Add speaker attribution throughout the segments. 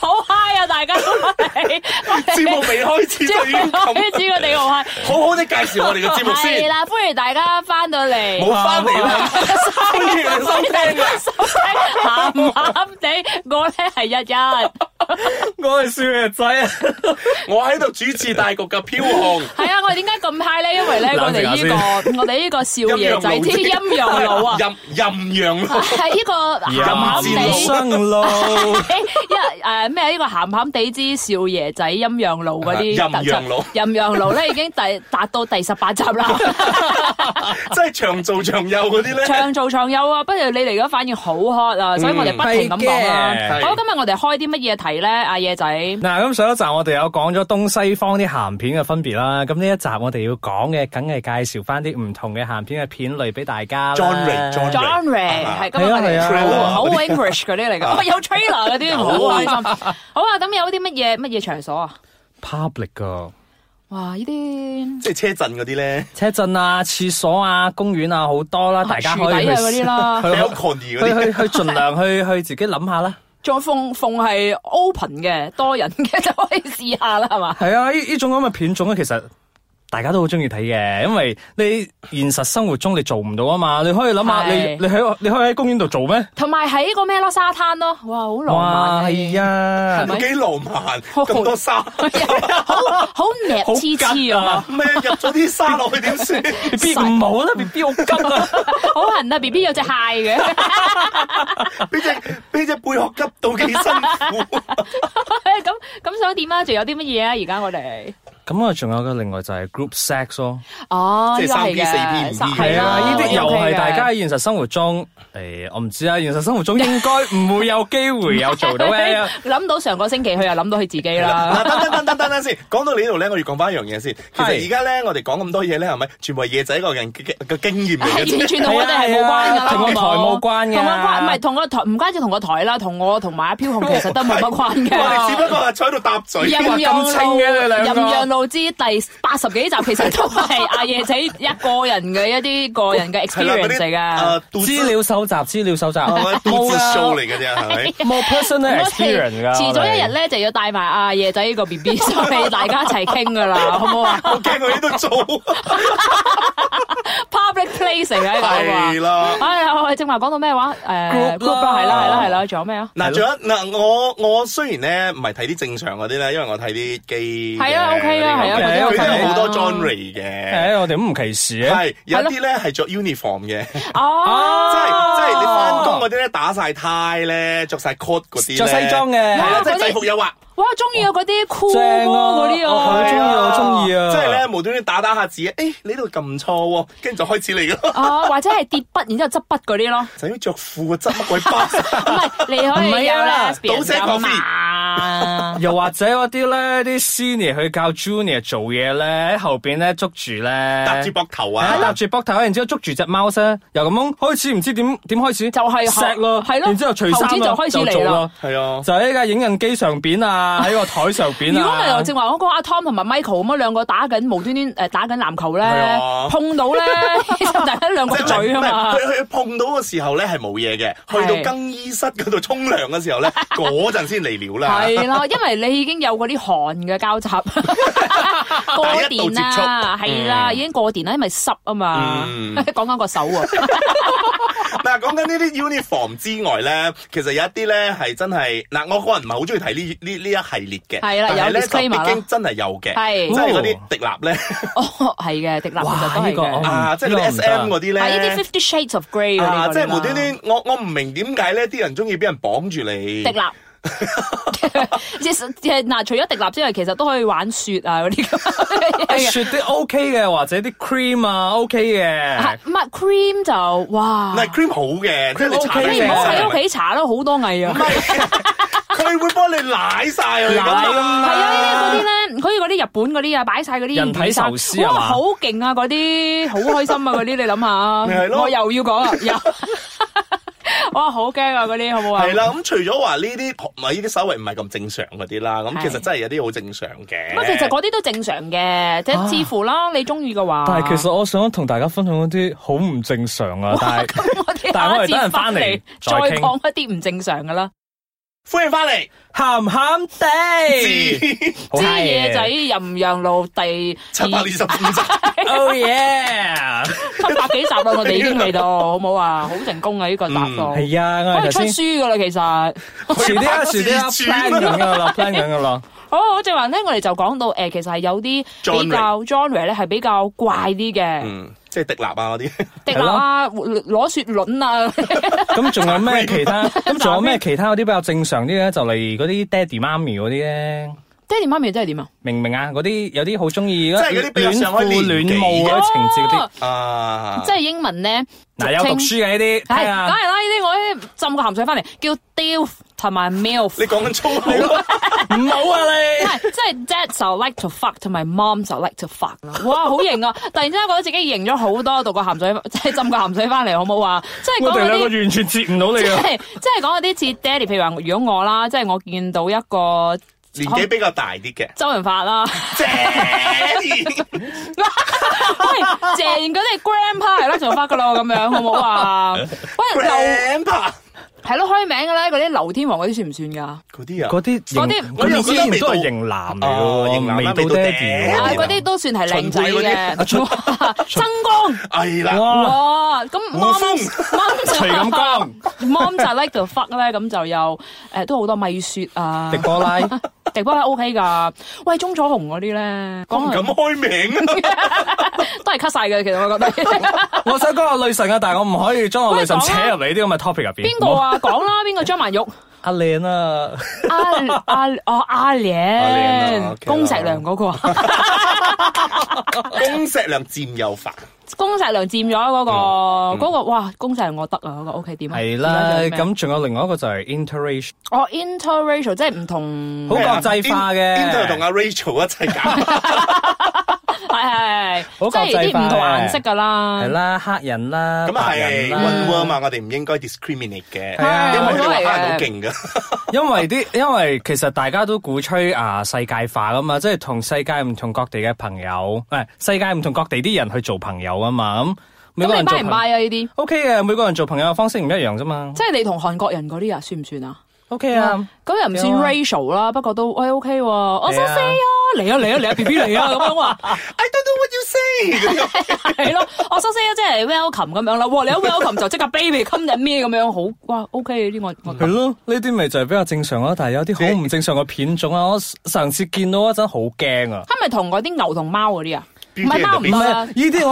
Speaker 1: 好嗨啊！大家都係
Speaker 2: 節目未開始就已經咁，
Speaker 1: 知我哋好嗨。
Speaker 2: 好好地介紹我哋嘅節目
Speaker 1: 係
Speaker 2: 先，
Speaker 1: 啦，歡迎大家翻到嚟，
Speaker 2: 冇翻嚟 啦，歡迎你收聽啊！
Speaker 1: 鹹鹹地，我咧係日日，
Speaker 3: 我係少爺仔啊！
Speaker 2: 我喺度主持大局嘅飄紅，
Speaker 1: 係啊！我哋點解咁嗨咧？因為咧，我
Speaker 3: 冷靜
Speaker 1: 哋
Speaker 3: 下
Speaker 1: 呢個我哋呢個少爺仔添陰陽路啊，
Speaker 2: 陰陰 陽路，
Speaker 1: 係呢個鹹鹹
Speaker 2: 陰
Speaker 1: 地
Speaker 2: 陽。
Speaker 3: 生路，
Speaker 1: 一誒咩呢個鹹鹹地之少爺仔陰陽路 嗰啲
Speaker 2: 陰
Speaker 1: 特輯
Speaker 2: 陽路
Speaker 1: 陰陽路咧已經第 達到第十八集 啦，
Speaker 2: 即係長做長有嗰啲咧，
Speaker 1: 長做長有啊！不如你嚟咗反應好 hot
Speaker 3: 嗯
Speaker 1: 啊，所以我哋不停咁講
Speaker 3: 係
Speaker 1: 啦。
Speaker 2: 嘅
Speaker 1: 好，今日我哋開啲乜嘢題咧？阿野仔，
Speaker 3: 嗱，咁上一集我哋有講咗東西方啲鹹片嘅分別啦，咁呢一集我哋要講嘅，梗係介紹翻啲唔同嘅鹹片嘅片類俾大家啦。
Speaker 2: Genre，genre
Speaker 1: genre 係今日我
Speaker 3: 係啊係
Speaker 1: 哋
Speaker 3: 啊
Speaker 1: 好 English 嗰啲嚟 㗎，哦有 trailer 嗰啲，好開心。好啊，咁有啲乜嘢乜嘢場所啊？
Speaker 3: public 噶，
Speaker 1: 哇！呢啲
Speaker 2: 即係車震嗰啲咧
Speaker 3: 車震啊、廁所啊、公園啊，好多啦，大家
Speaker 1: 樹
Speaker 3: 可
Speaker 1: 底
Speaker 3: 以去
Speaker 1: 啊嗰啲啦，
Speaker 2: ，balcony
Speaker 3: 去
Speaker 2: 嗰啲
Speaker 3: 去去盡量去 去自己諗下啦。
Speaker 1: 仲逢逢係 open 嘅多人嘅 就可以試下啦，係嘛？
Speaker 3: 係啊，呢呢種咁嘅片種咧，其實大家都好中意睇嘅，因為你現實生活中你做唔到啊嘛，你可以諗下，你
Speaker 1: 係
Speaker 3: 你喺你可以喺公園度做咩？
Speaker 1: 同埋喺個咩咯沙灘咯，哇，好浪漫
Speaker 3: 哇，係啊
Speaker 1: 係咪，
Speaker 2: 幾浪漫，咁多沙，
Speaker 1: 好好đẹp
Speaker 3: 好
Speaker 1: 黐黐啊！
Speaker 2: 咩入咗啲沙落去點算？
Speaker 3: B B 唔好啦，B
Speaker 1: 嗯
Speaker 3: B 好急啊！
Speaker 1: 好痕啊！B B 有隻蟹嘅，
Speaker 2: 俾只俾只貝殼急到幾辛苦。
Speaker 1: 咁咁想點啊？仲有啲乜嘢啊？而家我哋
Speaker 3: 咁啊，仲有個另外就係 group sex 咯，
Speaker 1: 哦，
Speaker 2: 即
Speaker 1: 呢
Speaker 2: 係
Speaker 1: 個係嘅
Speaker 2: 3P 4P 唔知係
Speaker 3: 係啊，
Speaker 2: 啊
Speaker 3: 呢啲又
Speaker 1: OK
Speaker 3: 係
Speaker 1: 嘅
Speaker 3: 大 家喺現實生活中，誒，我唔知啊，現實生活中應該唔會有機會有做 到嘅。
Speaker 1: 諗到上個星期佢又諗到佢自己啦
Speaker 2: 嗱，。等等等等等等先，講到你呢度咧，我要講翻一樣嘢先。其實
Speaker 3: 係
Speaker 2: 而家咧，我哋講咁多嘢咧，係咪全部係野仔個人嘅嘅經驗嚟嘅
Speaker 1: 係 完
Speaker 2: 啫？
Speaker 1: 全同我哋係冇關噶啦，
Speaker 3: 同個台
Speaker 1: 好
Speaker 3: 冇
Speaker 1: 好
Speaker 3: 關㗎
Speaker 1: 同個關唔係同個台唔關住同個台啦，同我同埋阿飄紅其實都冇乜關
Speaker 2: 我哋只
Speaker 1: 嘅。
Speaker 2: 不過係坐喺度搭 嘴。
Speaker 1: 任
Speaker 3: 哇
Speaker 1: 陽
Speaker 3: 咁清
Speaker 1: 路，
Speaker 3: 嘅你兩個
Speaker 1: 任陽路之第八十幾集其實都係阿夜仔一個人嘅一啲個人嘅
Speaker 2: 係啦嗰
Speaker 1: experience 嚟
Speaker 2: 啲
Speaker 1: 㗎。
Speaker 2: 誒杜
Speaker 3: 資料搜集，資 料搜 集，
Speaker 2: 啊杜
Speaker 3: 冇
Speaker 2: 之 show
Speaker 3: 啊，
Speaker 2: 嚟嘅啫，係咪？
Speaker 3: 冇 personal
Speaker 1: 我
Speaker 3: experience 噶。
Speaker 1: 遲早一日咧就要帶埋阿夜仔呢個 B B 上嚟，大家一齊傾㗎啦，好唔好啊
Speaker 2: 我驚佢喺度做，
Speaker 1: ？Public place 嚟嘅呢
Speaker 2: 係
Speaker 1: 個
Speaker 2: 啦。
Speaker 1: 啊！哎，我哋正話講到咩話？誒 À,
Speaker 3: Group
Speaker 1: group 啦，
Speaker 3: 啦
Speaker 1: 係啦，係啦，係啦，仲有咩啊？
Speaker 2: 嗱，仲有嗱，我我雖然咧唔係睇啲正常嗰啲咧，因為我睇啲機嘅
Speaker 1: 係啊，OK 啊係啊
Speaker 3: 嗰啲我
Speaker 2: 佢
Speaker 3: 睇
Speaker 2: 都有好多
Speaker 1: 啊
Speaker 2: genre 嘅，
Speaker 3: 誒，我哋都唔歧視啊。
Speaker 2: 係有啲咧係着 uniform 嘅。
Speaker 1: Ờ. 哦，
Speaker 2: 即係即係你
Speaker 1: Ờ.
Speaker 2: 翻工嗰啲咧打晒呔咧，着晒 coat 嗰啲呢
Speaker 3: 着西裝嘅
Speaker 2: 係啦，即
Speaker 1: 哦嗰啲
Speaker 2: 係制服誘惑，
Speaker 1: 哇，中意啊嗰啲酷
Speaker 3: 正
Speaker 1: 嗰
Speaker 3: 啊！
Speaker 1: 啲
Speaker 3: 我好
Speaker 1: 啊，
Speaker 3: 中意，我中意啊！
Speaker 2: 即係咧無端端打打下字，誒你呢度撳錯喎，跟住就開始嚟㗎咯，
Speaker 1: 啊，或者係跌筆，然之後執筆嗰啲咯，
Speaker 2: 就要着褲嘅執乜鬼包？
Speaker 1: 唔係你可以有
Speaker 3: 唔係啊
Speaker 1: lesbian
Speaker 2: 倒瀉
Speaker 1: 㗎
Speaker 2: coffee
Speaker 1: 嘛，
Speaker 3: 又或者嗰啲咧，啲 senior 去教 junior 做嘢咧，喺後邊咧捉住咧，
Speaker 2: 搭住膊頭
Speaker 3: 係啊搭
Speaker 2: 啊！
Speaker 3: 住膊頭，然之後捉住隻貓咧，又咁樣開始唔知點點開始，
Speaker 1: 就係
Speaker 3: 錫咯，
Speaker 1: 係咯
Speaker 3: 然之後除衫
Speaker 1: 後
Speaker 3: 咯
Speaker 1: 邊就開始嚟啦
Speaker 3: 做咯，
Speaker 2: 係啊，
Speaker 3: 就喺架影印機上 邊啊，喺個台上邊
Speaker 1: 如果唔係
Speaker 3: 啊
Speaker 1: 我，正話我講阿 Tom 同埋 Michael 咁樣兩個打緊無端端誒打緊籃球咧
Speaker 2: 係啊，
Speaker 1: 碰 到咧，其實大家兩個
Speaker 2: 即係
Speaker 1: 嘴啊
Speaker 2: 唔係
Speaker 1: 嘛
Speaker 2: 佢。佢碰到嘅時候咧係冇嘢嘅，
Speaker 1: 係
Speaker 2: 去到更衣室嗰度沖涼嘅時候咧，嗰陣先嚟料啦。
Speaker 1: 係啦，因為你已經有嗰啲汗嘅交 集，過電啦，係啦，已經過電啦，因為濕啊 嘛。
Speaker 2: 嗯
Speaker 1: 講緊個手喎，
Speaker 2: 嗱，講緊呢啲 uniform 之外咧，其實有一啲咧係真係嗱，我個人唔係好中意睇呢呢呢一系列嘅，
Speaker 1: 係啦
Speaker 2: 但係
Speaker 1: 有
Speaker 2: 咧
Speaker 1: disclaimer 啦
Speaker 2: 就畢竟真係有嘅，
Speaker 1: 係
Speaker 2: 即係嗰啲迪立咧。
Speaker 1: 哦，係嘅，迪立其實都
Speaker 3: 哇
Speaker 1: 係
Speaker 3: 呢個
Speaker 1: 嘅。
Speaker 3: 我
Speaker 2: 啊，
Speaker 3: 嗯
Speaker 2: 即係嗰啲
Speaker 3: 呢個唔得
Speaker 2: S.M. 嗰啲
Speaker 1: 係呢啲
Speaker 2: 咧，
Speaker 1: Fifty Shades of Grey 嗰啲嗰啲
Speaker 2: 啊，
Speaker 1: 啦
Speaker 2: 即係無端端，我我唔明點解咧，啲人中意俾人綁住你
Speaker 1: 迪。立，即係即係嗱，除咗迪立之外，其實都可以玩雪啊嗰啲 咁嘅嘢。
Speaker 3: 哎雪啲 OK 嘅，或者啲 cream 啊 OK 嘅
Speaker 1: 係，唔係 cream 就哇
Speaker 2: 唔係 cream 好嘅，即係你
Speaker 3: OK
Speaker 2: 搽
Speaker 1: 你
Speaker 2: 得
Speaker 1: 唔啊好
Speaker 2: 晒
Speaker 1: 喺屋企搽啦，好多藝
Speaker 2: 唔
Speaker 1: 啊。
Speaker 2: 係，佢會幫你舐晒佢㗎
Speaker 3: 舐啊
Speaker 1: 係
Speaker 2: 嘛。
Speaker 1: 啊，呢啲嗰啲咧，好似嗰啲日本嗰啲啊，擺晒嗰啲
Speaker 3: 人體壽司啊
Speaker 1: 哇，
Speaker 3: 嘛
Speaker 1: 好勁啊！ 嗰啲好開心啊！嗰啲你諗下，
Speaker 2: 咪係咯
Speaker 1: 我又要講啊，又 哇，好驚啊！嗰啲好唔好啊？
Speaker 2: 係啦，咁除咗話呢啲唔係呢啲稍微唔係咁正常嗰啲啦，咁其實真係有啲好正常嘅。
Speaker 1: 咁啊，其實嗰啲都正常嘅，即係似乎啦，你中意嘅話。
Speaker 3: 啊但係其實我想同大家分享嗰啲好唔正 常啊，但係
Speaker 1: 咁我哋下
Speaker 3: 但係我
Speaker 1: 一
Speaker 3: 哋等
Speaker 1: 節翻
Speaker 3: 陣返
Speaker 1: 嚟
Speaker 3: 嚟
Speaker 1: 再
Speaker 3: 再
Speaker 1: 講
Speaker 3: 傾
Speaker 1: 一啲唔正常嘅啦。
Speaker 2: 歡迎翻嚟，
Speaker 3: 鹹鹹地，好
Speaker 1: 知
Speaker 3: high
Speaker 1: 嘢
Speaker 3: 嘅
Speaker 1: 仔任讓路第
Speaker 2: 七百
Speaker 1: 二
Speaker 2: 二十五集。
Speaker 3: ，Oh yeah，
Speaker 1: 七百幾集啦，我哋已經嚟到，好唔好啊？好成功啊！呢個答案，我
Speaker 3: 係啊，我哋
Speaker 1: 哋出
Speaker 3: 頭先
Speaker 1: 書噶啦，其實。
Speaker 3: 遲啲啦，遲 啲啦啊
Speaker 2: 自主
Speaker 3: ，plan 緊噶啦，plan 緊噶啦，
Speaker 1: 好，我正話咧，我哋就講到誒，其實係有啲比較 genre 咧係比較怪啲嘅，
Speaker 2: 嗯，即係迪立啊嗰啲，
Speaker 1: 滴立啊、攞雪卵 啊，
Speaker 3: 咁仲有咩其他？咁仲有咩其他嗰啲比較正常啲咧？就例如嗰啲爹哋媽咪嗰啲咧。
Speaker 1: 爹哋媽咪真係點啊？
Speaker 3: 明唔明啊？嗰啲有啲好中意，
Speaker 2: 係嗰啲比較上可以
Speaker 3: 戀父
Speaker 2: 年
Speaker 3: 戀
Speaker 2: 紀
Speaker 3: 母嗰啲情節嗰啲
Speaker 1: 哦，
Speaker 2: 啊，
Speaker 1: 即係英文咧，
Speaker 3: 嗱有讀書嘅呢啲，
Speaker 1: 係，
Speaker 3: 睇
Speaker 1: 梗係啦，
Speaker 3: 下
Speaker 1: 呢啲我咧浸個鹹水翻嚟，叫 DILF 同埋 MILF。
Speaker 2: 你講緊粗口咯，
Speaker 3: 唔好啊
Speaker 1: 唔
Speaker 3: 你。
Speaker 1: 係，即係 dad 就 like to fuck，同埋 mom 就 like to fuck 啦。哇，好型啊！ 突然之間覺得自己型咗好多，讀個鹹水， 即係浸個鹹水翻嚟，好唔好啊？即係
Speaker 3: 我
Speaker 1: 講
Speaker 3: 哋兩
Speaker 1: 嗰
Speaker 3: 個
Speaker 1: 啲，
Speaker 3: 完全接唔到
Speaker 1: 即
Speaker 3: 你啊！
Speaker 1: 係即係講嗰啲似爹哋，譬如話如果我啦，即係我見到一個
Speaker 2: 年紀比較大啲 嘅，
Speaker 1: 周潤發啦， 喂，
Speaker 2: 正
Speaker 1: 謝賢嗰啲 grandpa 係 like to fuck 噶咯，咁樣好唔好 啊？喂，劉
Speaker 2: grandpa
Speaker 1: 係咯，開名嘅咧，嗰啲劉天王嗰啲算唔算㗎？
Speaker 2: 嗰啲啊，
Speaker 3: 嗰啲
Speaker 1: 嗰啲
Speaker 3: 型
Speaker 1: 我
Speaker 3: 嗰
Speaker 2: 又
Speaker 3: 啲
Speaker 2: 覺得
Speaker 3: 之前都
Speaker 2: 未到
Speaker 3: 係型男嚟
Speaker 2: 啊
Speaker 3: 嘅
Speaker 2: 型男啦
Speaker 3: 喎，
Speaker 2: 未
Speaker 3: 未到
Speaker 2: 到
Speaker 3: 爹
Speaker 2: 爹
Speaker 3: 哋
Speaker 2: 哋
Speaker 1: 啊，
Speaker 3: 喎
Speaker 2: 啦
Speaker 1: 嗰啲都算係靚仔嘅，
Speaker 3: 啊秦檜
Speaker 1: 哇 曾光。
Speaker 2: 係啦，
Speaker 3: 哇，
Speaker 1: 哇，咁 mom
Speaker 2: 風
Speaker 1: mom 就
Speaker 3: 徐錦江
Speaker 1: mom 就 like to fuck 咧，咁就有誒都好多米雪啊
Speaker 3: 迪，波拉，
Speaker 1: 迪波係 OK 噶。喂，鐘楚紅嗰啲咧，
Speaker 2: 我唔
Speaker 1: 講
Speaker 2: 敢
Speaker 1: 嚟
Speaker 2: 開名啊，
Speaker 1: 都係 cut 晒嘅，其實 我覺得。
Speaker 3: 我想講我女神啊，但係我唔可以將我女神扯入嚟呢個咁嘅 topic 入邊。
Speaker 1: 邊個啊？講啦，邊個張 曼玉？
Speaker 3: 阿靚啊，
Speaker 1: 阿阿哦阿
Speaker 2: 蓮啊
Speaker 1: 蓮，
Speaker 2: ，OK 啦
Speaker 1: 龚石良 嗰個啊，
Speaker 2: 公石良佔有犯，
Speaker 1: 龚石良佔咗嗰個，
Speaker 2: 嗯嗯
Speaker 1: 嗰個哇，龚石良我得啊，嗰個 OK 點啊？
Speaker 3: 係
Speaker 1: 而
Speaker 3: 啦
Speaker 1: 家，叫咩
Speaker 3: 咁仲有另外一個就係 interracial，
Speaker 1: 我 interracial 即係唔同，
Speaker 3: 好國際化嘅
Speaker 2: i n 啊同阿 Rachel 一齊 搞， 啊
Speaker 1: 係係係，即係啲唔同
Speaker 3: 好國際化嘅
Speaker 1: 顏色噶啦，
Speaker 3: 係啦，黑人啦，
Speaker 2: 咁啊
Speaker 3: 白
Speaker 2: 係
Speaker 3: 人啦
Speaker 2: one world 嘛，我哋唔應該 discriminate 嘅，
Speaker 3: 係啊
Speaker 2: 因為你話黑人好
Speaker 1: 冇所
Speaker 2: 勁噶，
Speaker 3: 因為啲，因為其實大家都鼓吹啊世界化噶嘛，即係同世界唔同各地嘅朋友，唔係世界唔同各地啲人去做朋友啊嘛。咁每個
Speaker 1: 咁
Speaker 3: 人
Speaker 1: 你
Speaker 3: 做
Speaker 1: buy 唔
Speaker 3: 朋友
Speaker 1: buy 啊？呢啲
Speaker 3: O K 嘅，每個人做朋友嘅方式唔一樣啫嘛。
Speaker 1: 即係你同韓國人嗰啲啊，算唔算啊？
Speaker 3: O K 啊，
Speaker 1: 咁又唔算
Speaker 3: 有啊
Speaker 1: racial 啦，不過都喂 OK 喎，我想
Speaker 3: 係啊
Speaker 1: say 啊，嚟啊嚟 啊嚟啊 B B 嚟啊咁樣話，
Speaker 2: I don't know what you say 嗰啲咁
Speaker 1: 係咯，我想 say 啊，即係 welcome 咁樣啦，哇你一 welcome 就即刻 baby 今日咩咁樣好，哇 OK 呢啲我
Speaker 3: 係
Speaker 1: 我
Speaker 3: 咯，呢啲咪就係比較正常咯。但係有啲好唔正常嘅片種啊，我上次見到嗰陣好驚啊。
Speaker 1: 係咪同嗰啲牛同貓嗰啲啊？唔
Speaker 2: Beauty
Speaker 1: 係
Speaker 2: and the
Speaker 1: 貓唔
Speaker 3: 唔係
Speaker 1: 得
Speaker 3: 啊，
Speaker 1: 啊
Speaker 3: 呢，啲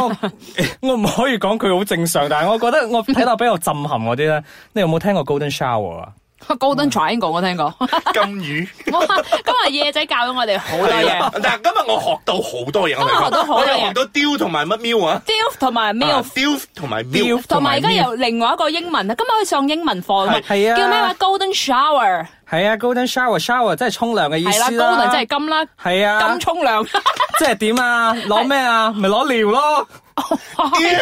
Speaker 3: 我我唔可以講佢好正常，但係我覺得我睇到比較震撼嗰啲咧。你有冇聽過 Golden Shower 啊？
Speaker 1: Golden Triangle 我聽過，
Speaker 2: 金魚。
Speaker 1: 哇今日夜仔教咗我哋好多
Speaker 3: 啊
Speaker 1: 嘢哦
Speaker 2: 但係今日我學到好多嘢，我
Speaker 1: 今日學到好
Speaker 2: 我
Speaker 1: 多嘢
Speaker 2: 又學到雕同埋乜喵啊
Speaker 1: ，Dilf 同埋
Speaker 2: m i
Speaker 1: Milf。
Speaker 2: 雕同埋喵
Speaker 3: Dilf
Speaker 1: 同埋而家
Speaker 3: 同埋 Milf
Speaker 1: 有另外一個英文啊，今日可以上英文課啊嘛，
Speaker 3: 係係啊
Speaker 1: 叫咩話 Golden Shower。
Speaker 3: 係啊，golden shower shower 即係沖涼嘅意
Speaker 1: 系啦，
Speaker 3: 思
Speaker 1: 高能
Speaker 3: 啦。
Speaker 1: 真係金啦，
Speaker 3: 係啊
Speaker 1: 金，沖 涼。
Speaker 3: 即係點 啊？攞咩啊？咪攞尿咯。
Speaker 1: 啊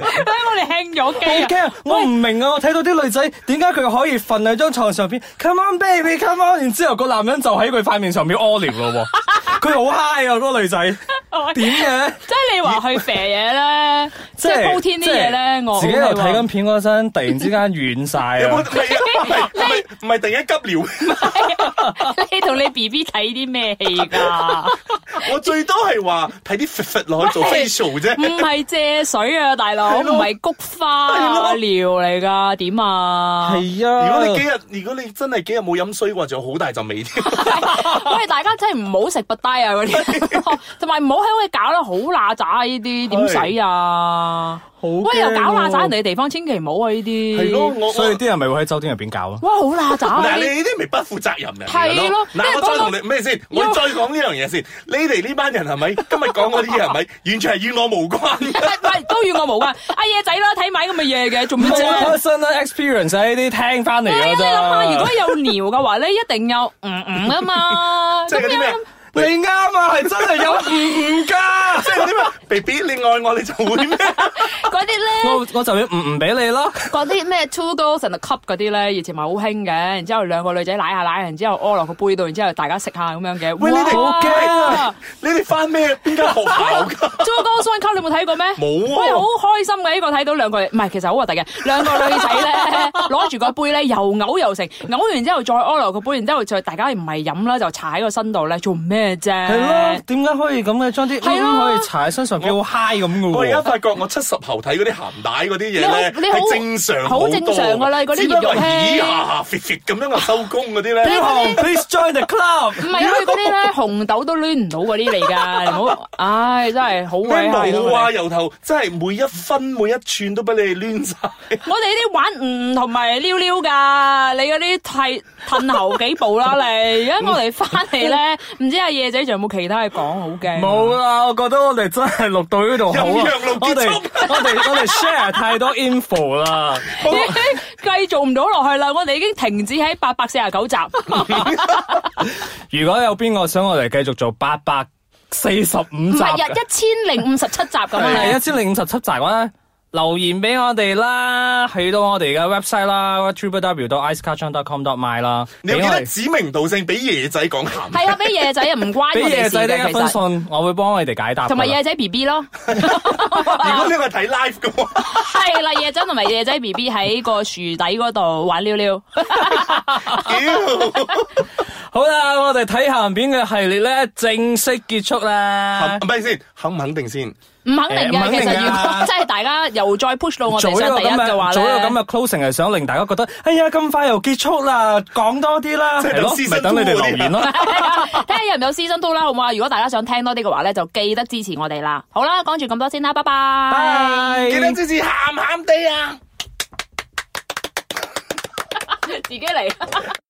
Speaker 1: 我哋輕咗
Speaker 3: 好
Speaker 1: 機啊！
Speaker 3: 驚！我唔明啊！我睇到啲女仔點解佢可以瞓喺張床上邊？Come on baby, come on！然之後個男人就喺佢塊面上面屙尿咯 喎。佢好 high 啊！嗰個女仔點嘅？
Speaker 1: 即係你話去肥嘢咧，即係鋪天啲嘢咧，我
Speaker 3: 自己喺 度睇緊片嗰陣，突然之間軟晒
Speaker 2: 有冇
Speaker 3: 啊！
Speaker 2: 唔係 唔係唔係突然間急尿，
Speaker 1: 緊，你同你 B B 睇啲咩戲㗎？
Speaker 2: 我最多係話睇啲佛佛落去做 facial
Speaker 1: 唔
Speaker 2: 啫。
Speaker 1: 係借水啊，大佬，唔係菊花啊尿嚟㗎，點啊？
Speaker 3: 係
Speaker 2: 如
Speaker 3: 啊！
Speaker 2: 果你幾日，如果你真係幾日冇飲水嘅話，仲有好大陣味添。
Speaker 1: 喂，大家真係唔好食不低啊嗰 啲，同埋唔好喺屋企搞得好乸渣呢啲，點使啊？
Speaker 3: 好
Speaker 1: 喂，又搞乸渣人
Speaker 3: 你，
Speaker 1: 哋嘅地方，千祈唔好啊呢啲。
Speaker 2: 係咯，我
Speaker 3: 所以
Speaker 2: 我
Speaker 3: 啲人咪會喺酒店入邊搞咯。
Speaker 1: 哇，好乸渣啊！
Speaker 2: 嗱，
Speaker 1: 呢啲
Speaker 2: 你呢啲咪不負責任人嚟
Speaker 1: 係咯
Speaker 2: 㗎咯。
Speaker 1: 因為
Speaker 2: 嗱，我
Speaker 1: 講
Speaker 2: 再
Speaker 1: 到
Speaker 2: 同你咩先？
Speaker 1: 因為
Speaker 2: 我再講呢樣嘢先。你哋呢班人係咪今日講嗰啲嘢係咪 完全係與我無關？
Speaker 1: 喂，都與我無關。阿夜仔啦，睇埋咁嘅嘢嘅，做乜
Speaker 3: 冇
Speaker 1: 啫？
Speaker 3: personal experience 啊呢啲聽翻嚟
Speaker 1: 係啊，
Speaker 3: 㗎
Speaker 1: 你諗下，
Speaker 3: 咋
Speaker 1: 如。果有尿嘅話咧，一定有嗯嗯啊嘛。
Speaker 2: 即係嗰啲
Speaker 1: 咁
Speaker 2: 咩
Speaker 1: 樣
Speaker 3: 你啱啊，係真係 有唔唔噶。
Speaker 2: 即係嗰啲咩，baby 你愛我你就會咩？
Speaker 1: 嗰啲咧，
Speaker 3: 我我就要唔唔俾你啦。
Speaker 1: 嗰啲咩 two girls and a cup 嗰啲咧，以前咪好興嘅。然之後兩個女仔奶下奶，然之後屙落個杯度，然之後大家食下咁樣嘅。
Speaker 2: 喂你哋
Speaker 1: 哇
Speaker 2: 好啊
Speaker 3: 驚
Speaker 2: 你哋翻咩邊間學校 㗎？
Speaker 1: Two Girls One Cup 你冇睇過咩？
Speaker 2: 冇啊
Speaker 1: 喂，好開心嘅呢個睇到兩個，唔係其實好核突嘅，兩個女仔咧攞住個杯咧又嘔又成，嘔完之後再屙落個杯，然之後再大家唔係飲啦，就踩喺個身度咧，做咩啫？
Speaker 3: 係咯，點解可以咁嘅？將啲
Speaker 1: 係
Speaker 3: 嗯
Speaker 1: 咯
Speaker 3: 可以搽喺身上，幾好 high 咁
Speaker 2: 我而
Speaker 3: 嘅
Speaker 2: 家
Speaker 3: 喎。
Speaker 2: 發覺我七十後睇嗰啲鹹帶嗰啲嘢
Speaker 1: 你好
Speaker 2: 咧，
Speaker 1: 你好
Speaker 2: 係正常
Speaker 1: 好
Speaker 2: 多啊
Speaker 1: 正常㗎啦嗰啲
Speaker 2: 只不過
Speaker 1: 熱肉
Speaker 2: 咦
Speaker 1: 咧
Speaker 2: 下下 fit fit 咁樣啊收工嗰啲咧，
Speaker 1: 你
Speaker 3: 朱 紅 please join the club。
Speaker 1: 唔係佢嗰啲咧紅豆都攣唔到嗰啲嚟㗎，你唔 好，唉真係好
Speaker 2: 咩
Speaker 1: 鬼係
Speaker 2: 冇啊？
Speaker 1: 咁。
Speaker 2: 由頭真係每一分每一寸都俾你攣晒。
Speaker 1: 我哋呢啲玩唔同埋溜溜㗎，你嗰啲褪褪後幾步啦你，因為我哋翻嚟咧，唔知阿夜仔仲有冇其他嘢講好嘅？
Speaker 3: 冇啦，我覺得我哋真係錄到呢度好
Speaker 2: 陰
Speaker 3: 啊
Speaker 2: 陽路！
Speaker 3: 我
Speaker 2: 結
Speaker 3: 哋
Speaker 2: 束
Speaker 3: 我哋我哋 share 太多 info 啦。
Speaker 1: 已經繼續唔到落去啦，我哋已經停止喺八百四十九集。
Speaker 3: 如果有邊個想我哋繼續做八百四十五
Speaker 1: 唔
Speaker 3: 集
Speaker 1: 係日
Speaker 3: 嘅，
Speaker 1: 一千零五十七集咁
Speaker 3: 係啊一
Speaker 1: 樣。
Speaker 3: 千零五十七集啦。留言俾我哋啦，去到我哋嘅 website 啦 t r i p l w 到 icecarton.com.my 啦，
Speaker 2: 你有
Speaker 3: 俾
Speaker 2: 記
Speaker 3: 我
Speaker 2: 得
Speaker 3: 哋
Speaker 2: 指名道姓俾爺仔講鹹
Speaker 1: 係啊，俾夜仔唔關
Speaker 3: 俾
Speaker 1: 我哋
Speaker 3: 夜
Speaker 1: 事
Speaker 3: 仔呢
Speaker 1: 嘅，其
Speaker 3: 一封
Speaker 1: 實。
Speaker 3: 信，我會幫我哋解答㗎啦。
Speaker 1: 同埋夜仔 B B 咯，
Speaker 2: 如果呢個係睇 live 嘅 話，
Speaker 1: 係啦，夜仔同埋夜仔 B B 喺個樹底嗰度玩溜溜，
Speaker 2: 屌
Speaker 3: 好啦，我哋睇鹹片嘅系列咧正式結束啦
Speaker 2: 唔。係先，肯唔肯定先？
Speaker 1: 唔肯定
Speaker 3: 誒唔
Speaker 1: 嘅。
Speaker 3: 肯
Speaker 1: 其
Speaker 3: 定㗎
Speaker 1: 實如 果真係大家又再 push 到我
Speaker 3: 做
Speaker 1: 哋
Speaker 3: 呢
Speaker 1: 上
Speaker 3: 個
Speaker 1: 第一
Speaker 3: 咁
Speaker 1: 嘅話咧
Speaker 3: 嘅，做，呢個咁嘅 closing 係想令大家覺得，哎呀咁快又結束啦，講多啲啦，
Speaker 2: 即係
Speaker 3: 係咯
Speaker 2: 等，season
Speaker 3: 咪等你哋
Speaker 2: two 嗰啲
Speaker 3: 留 言咯。
Speaker 1: 睇下有唔有 season two 啦，好唔好啊？如果大家想聽多啲嘅話咧，就記得支持我哋啦。好啦，講住咁多先啦，拜拜。
Speaker 3: 拜
Speaker 2: 記得支持鹹鹹地啊！
Speaker 1: 自己嚟。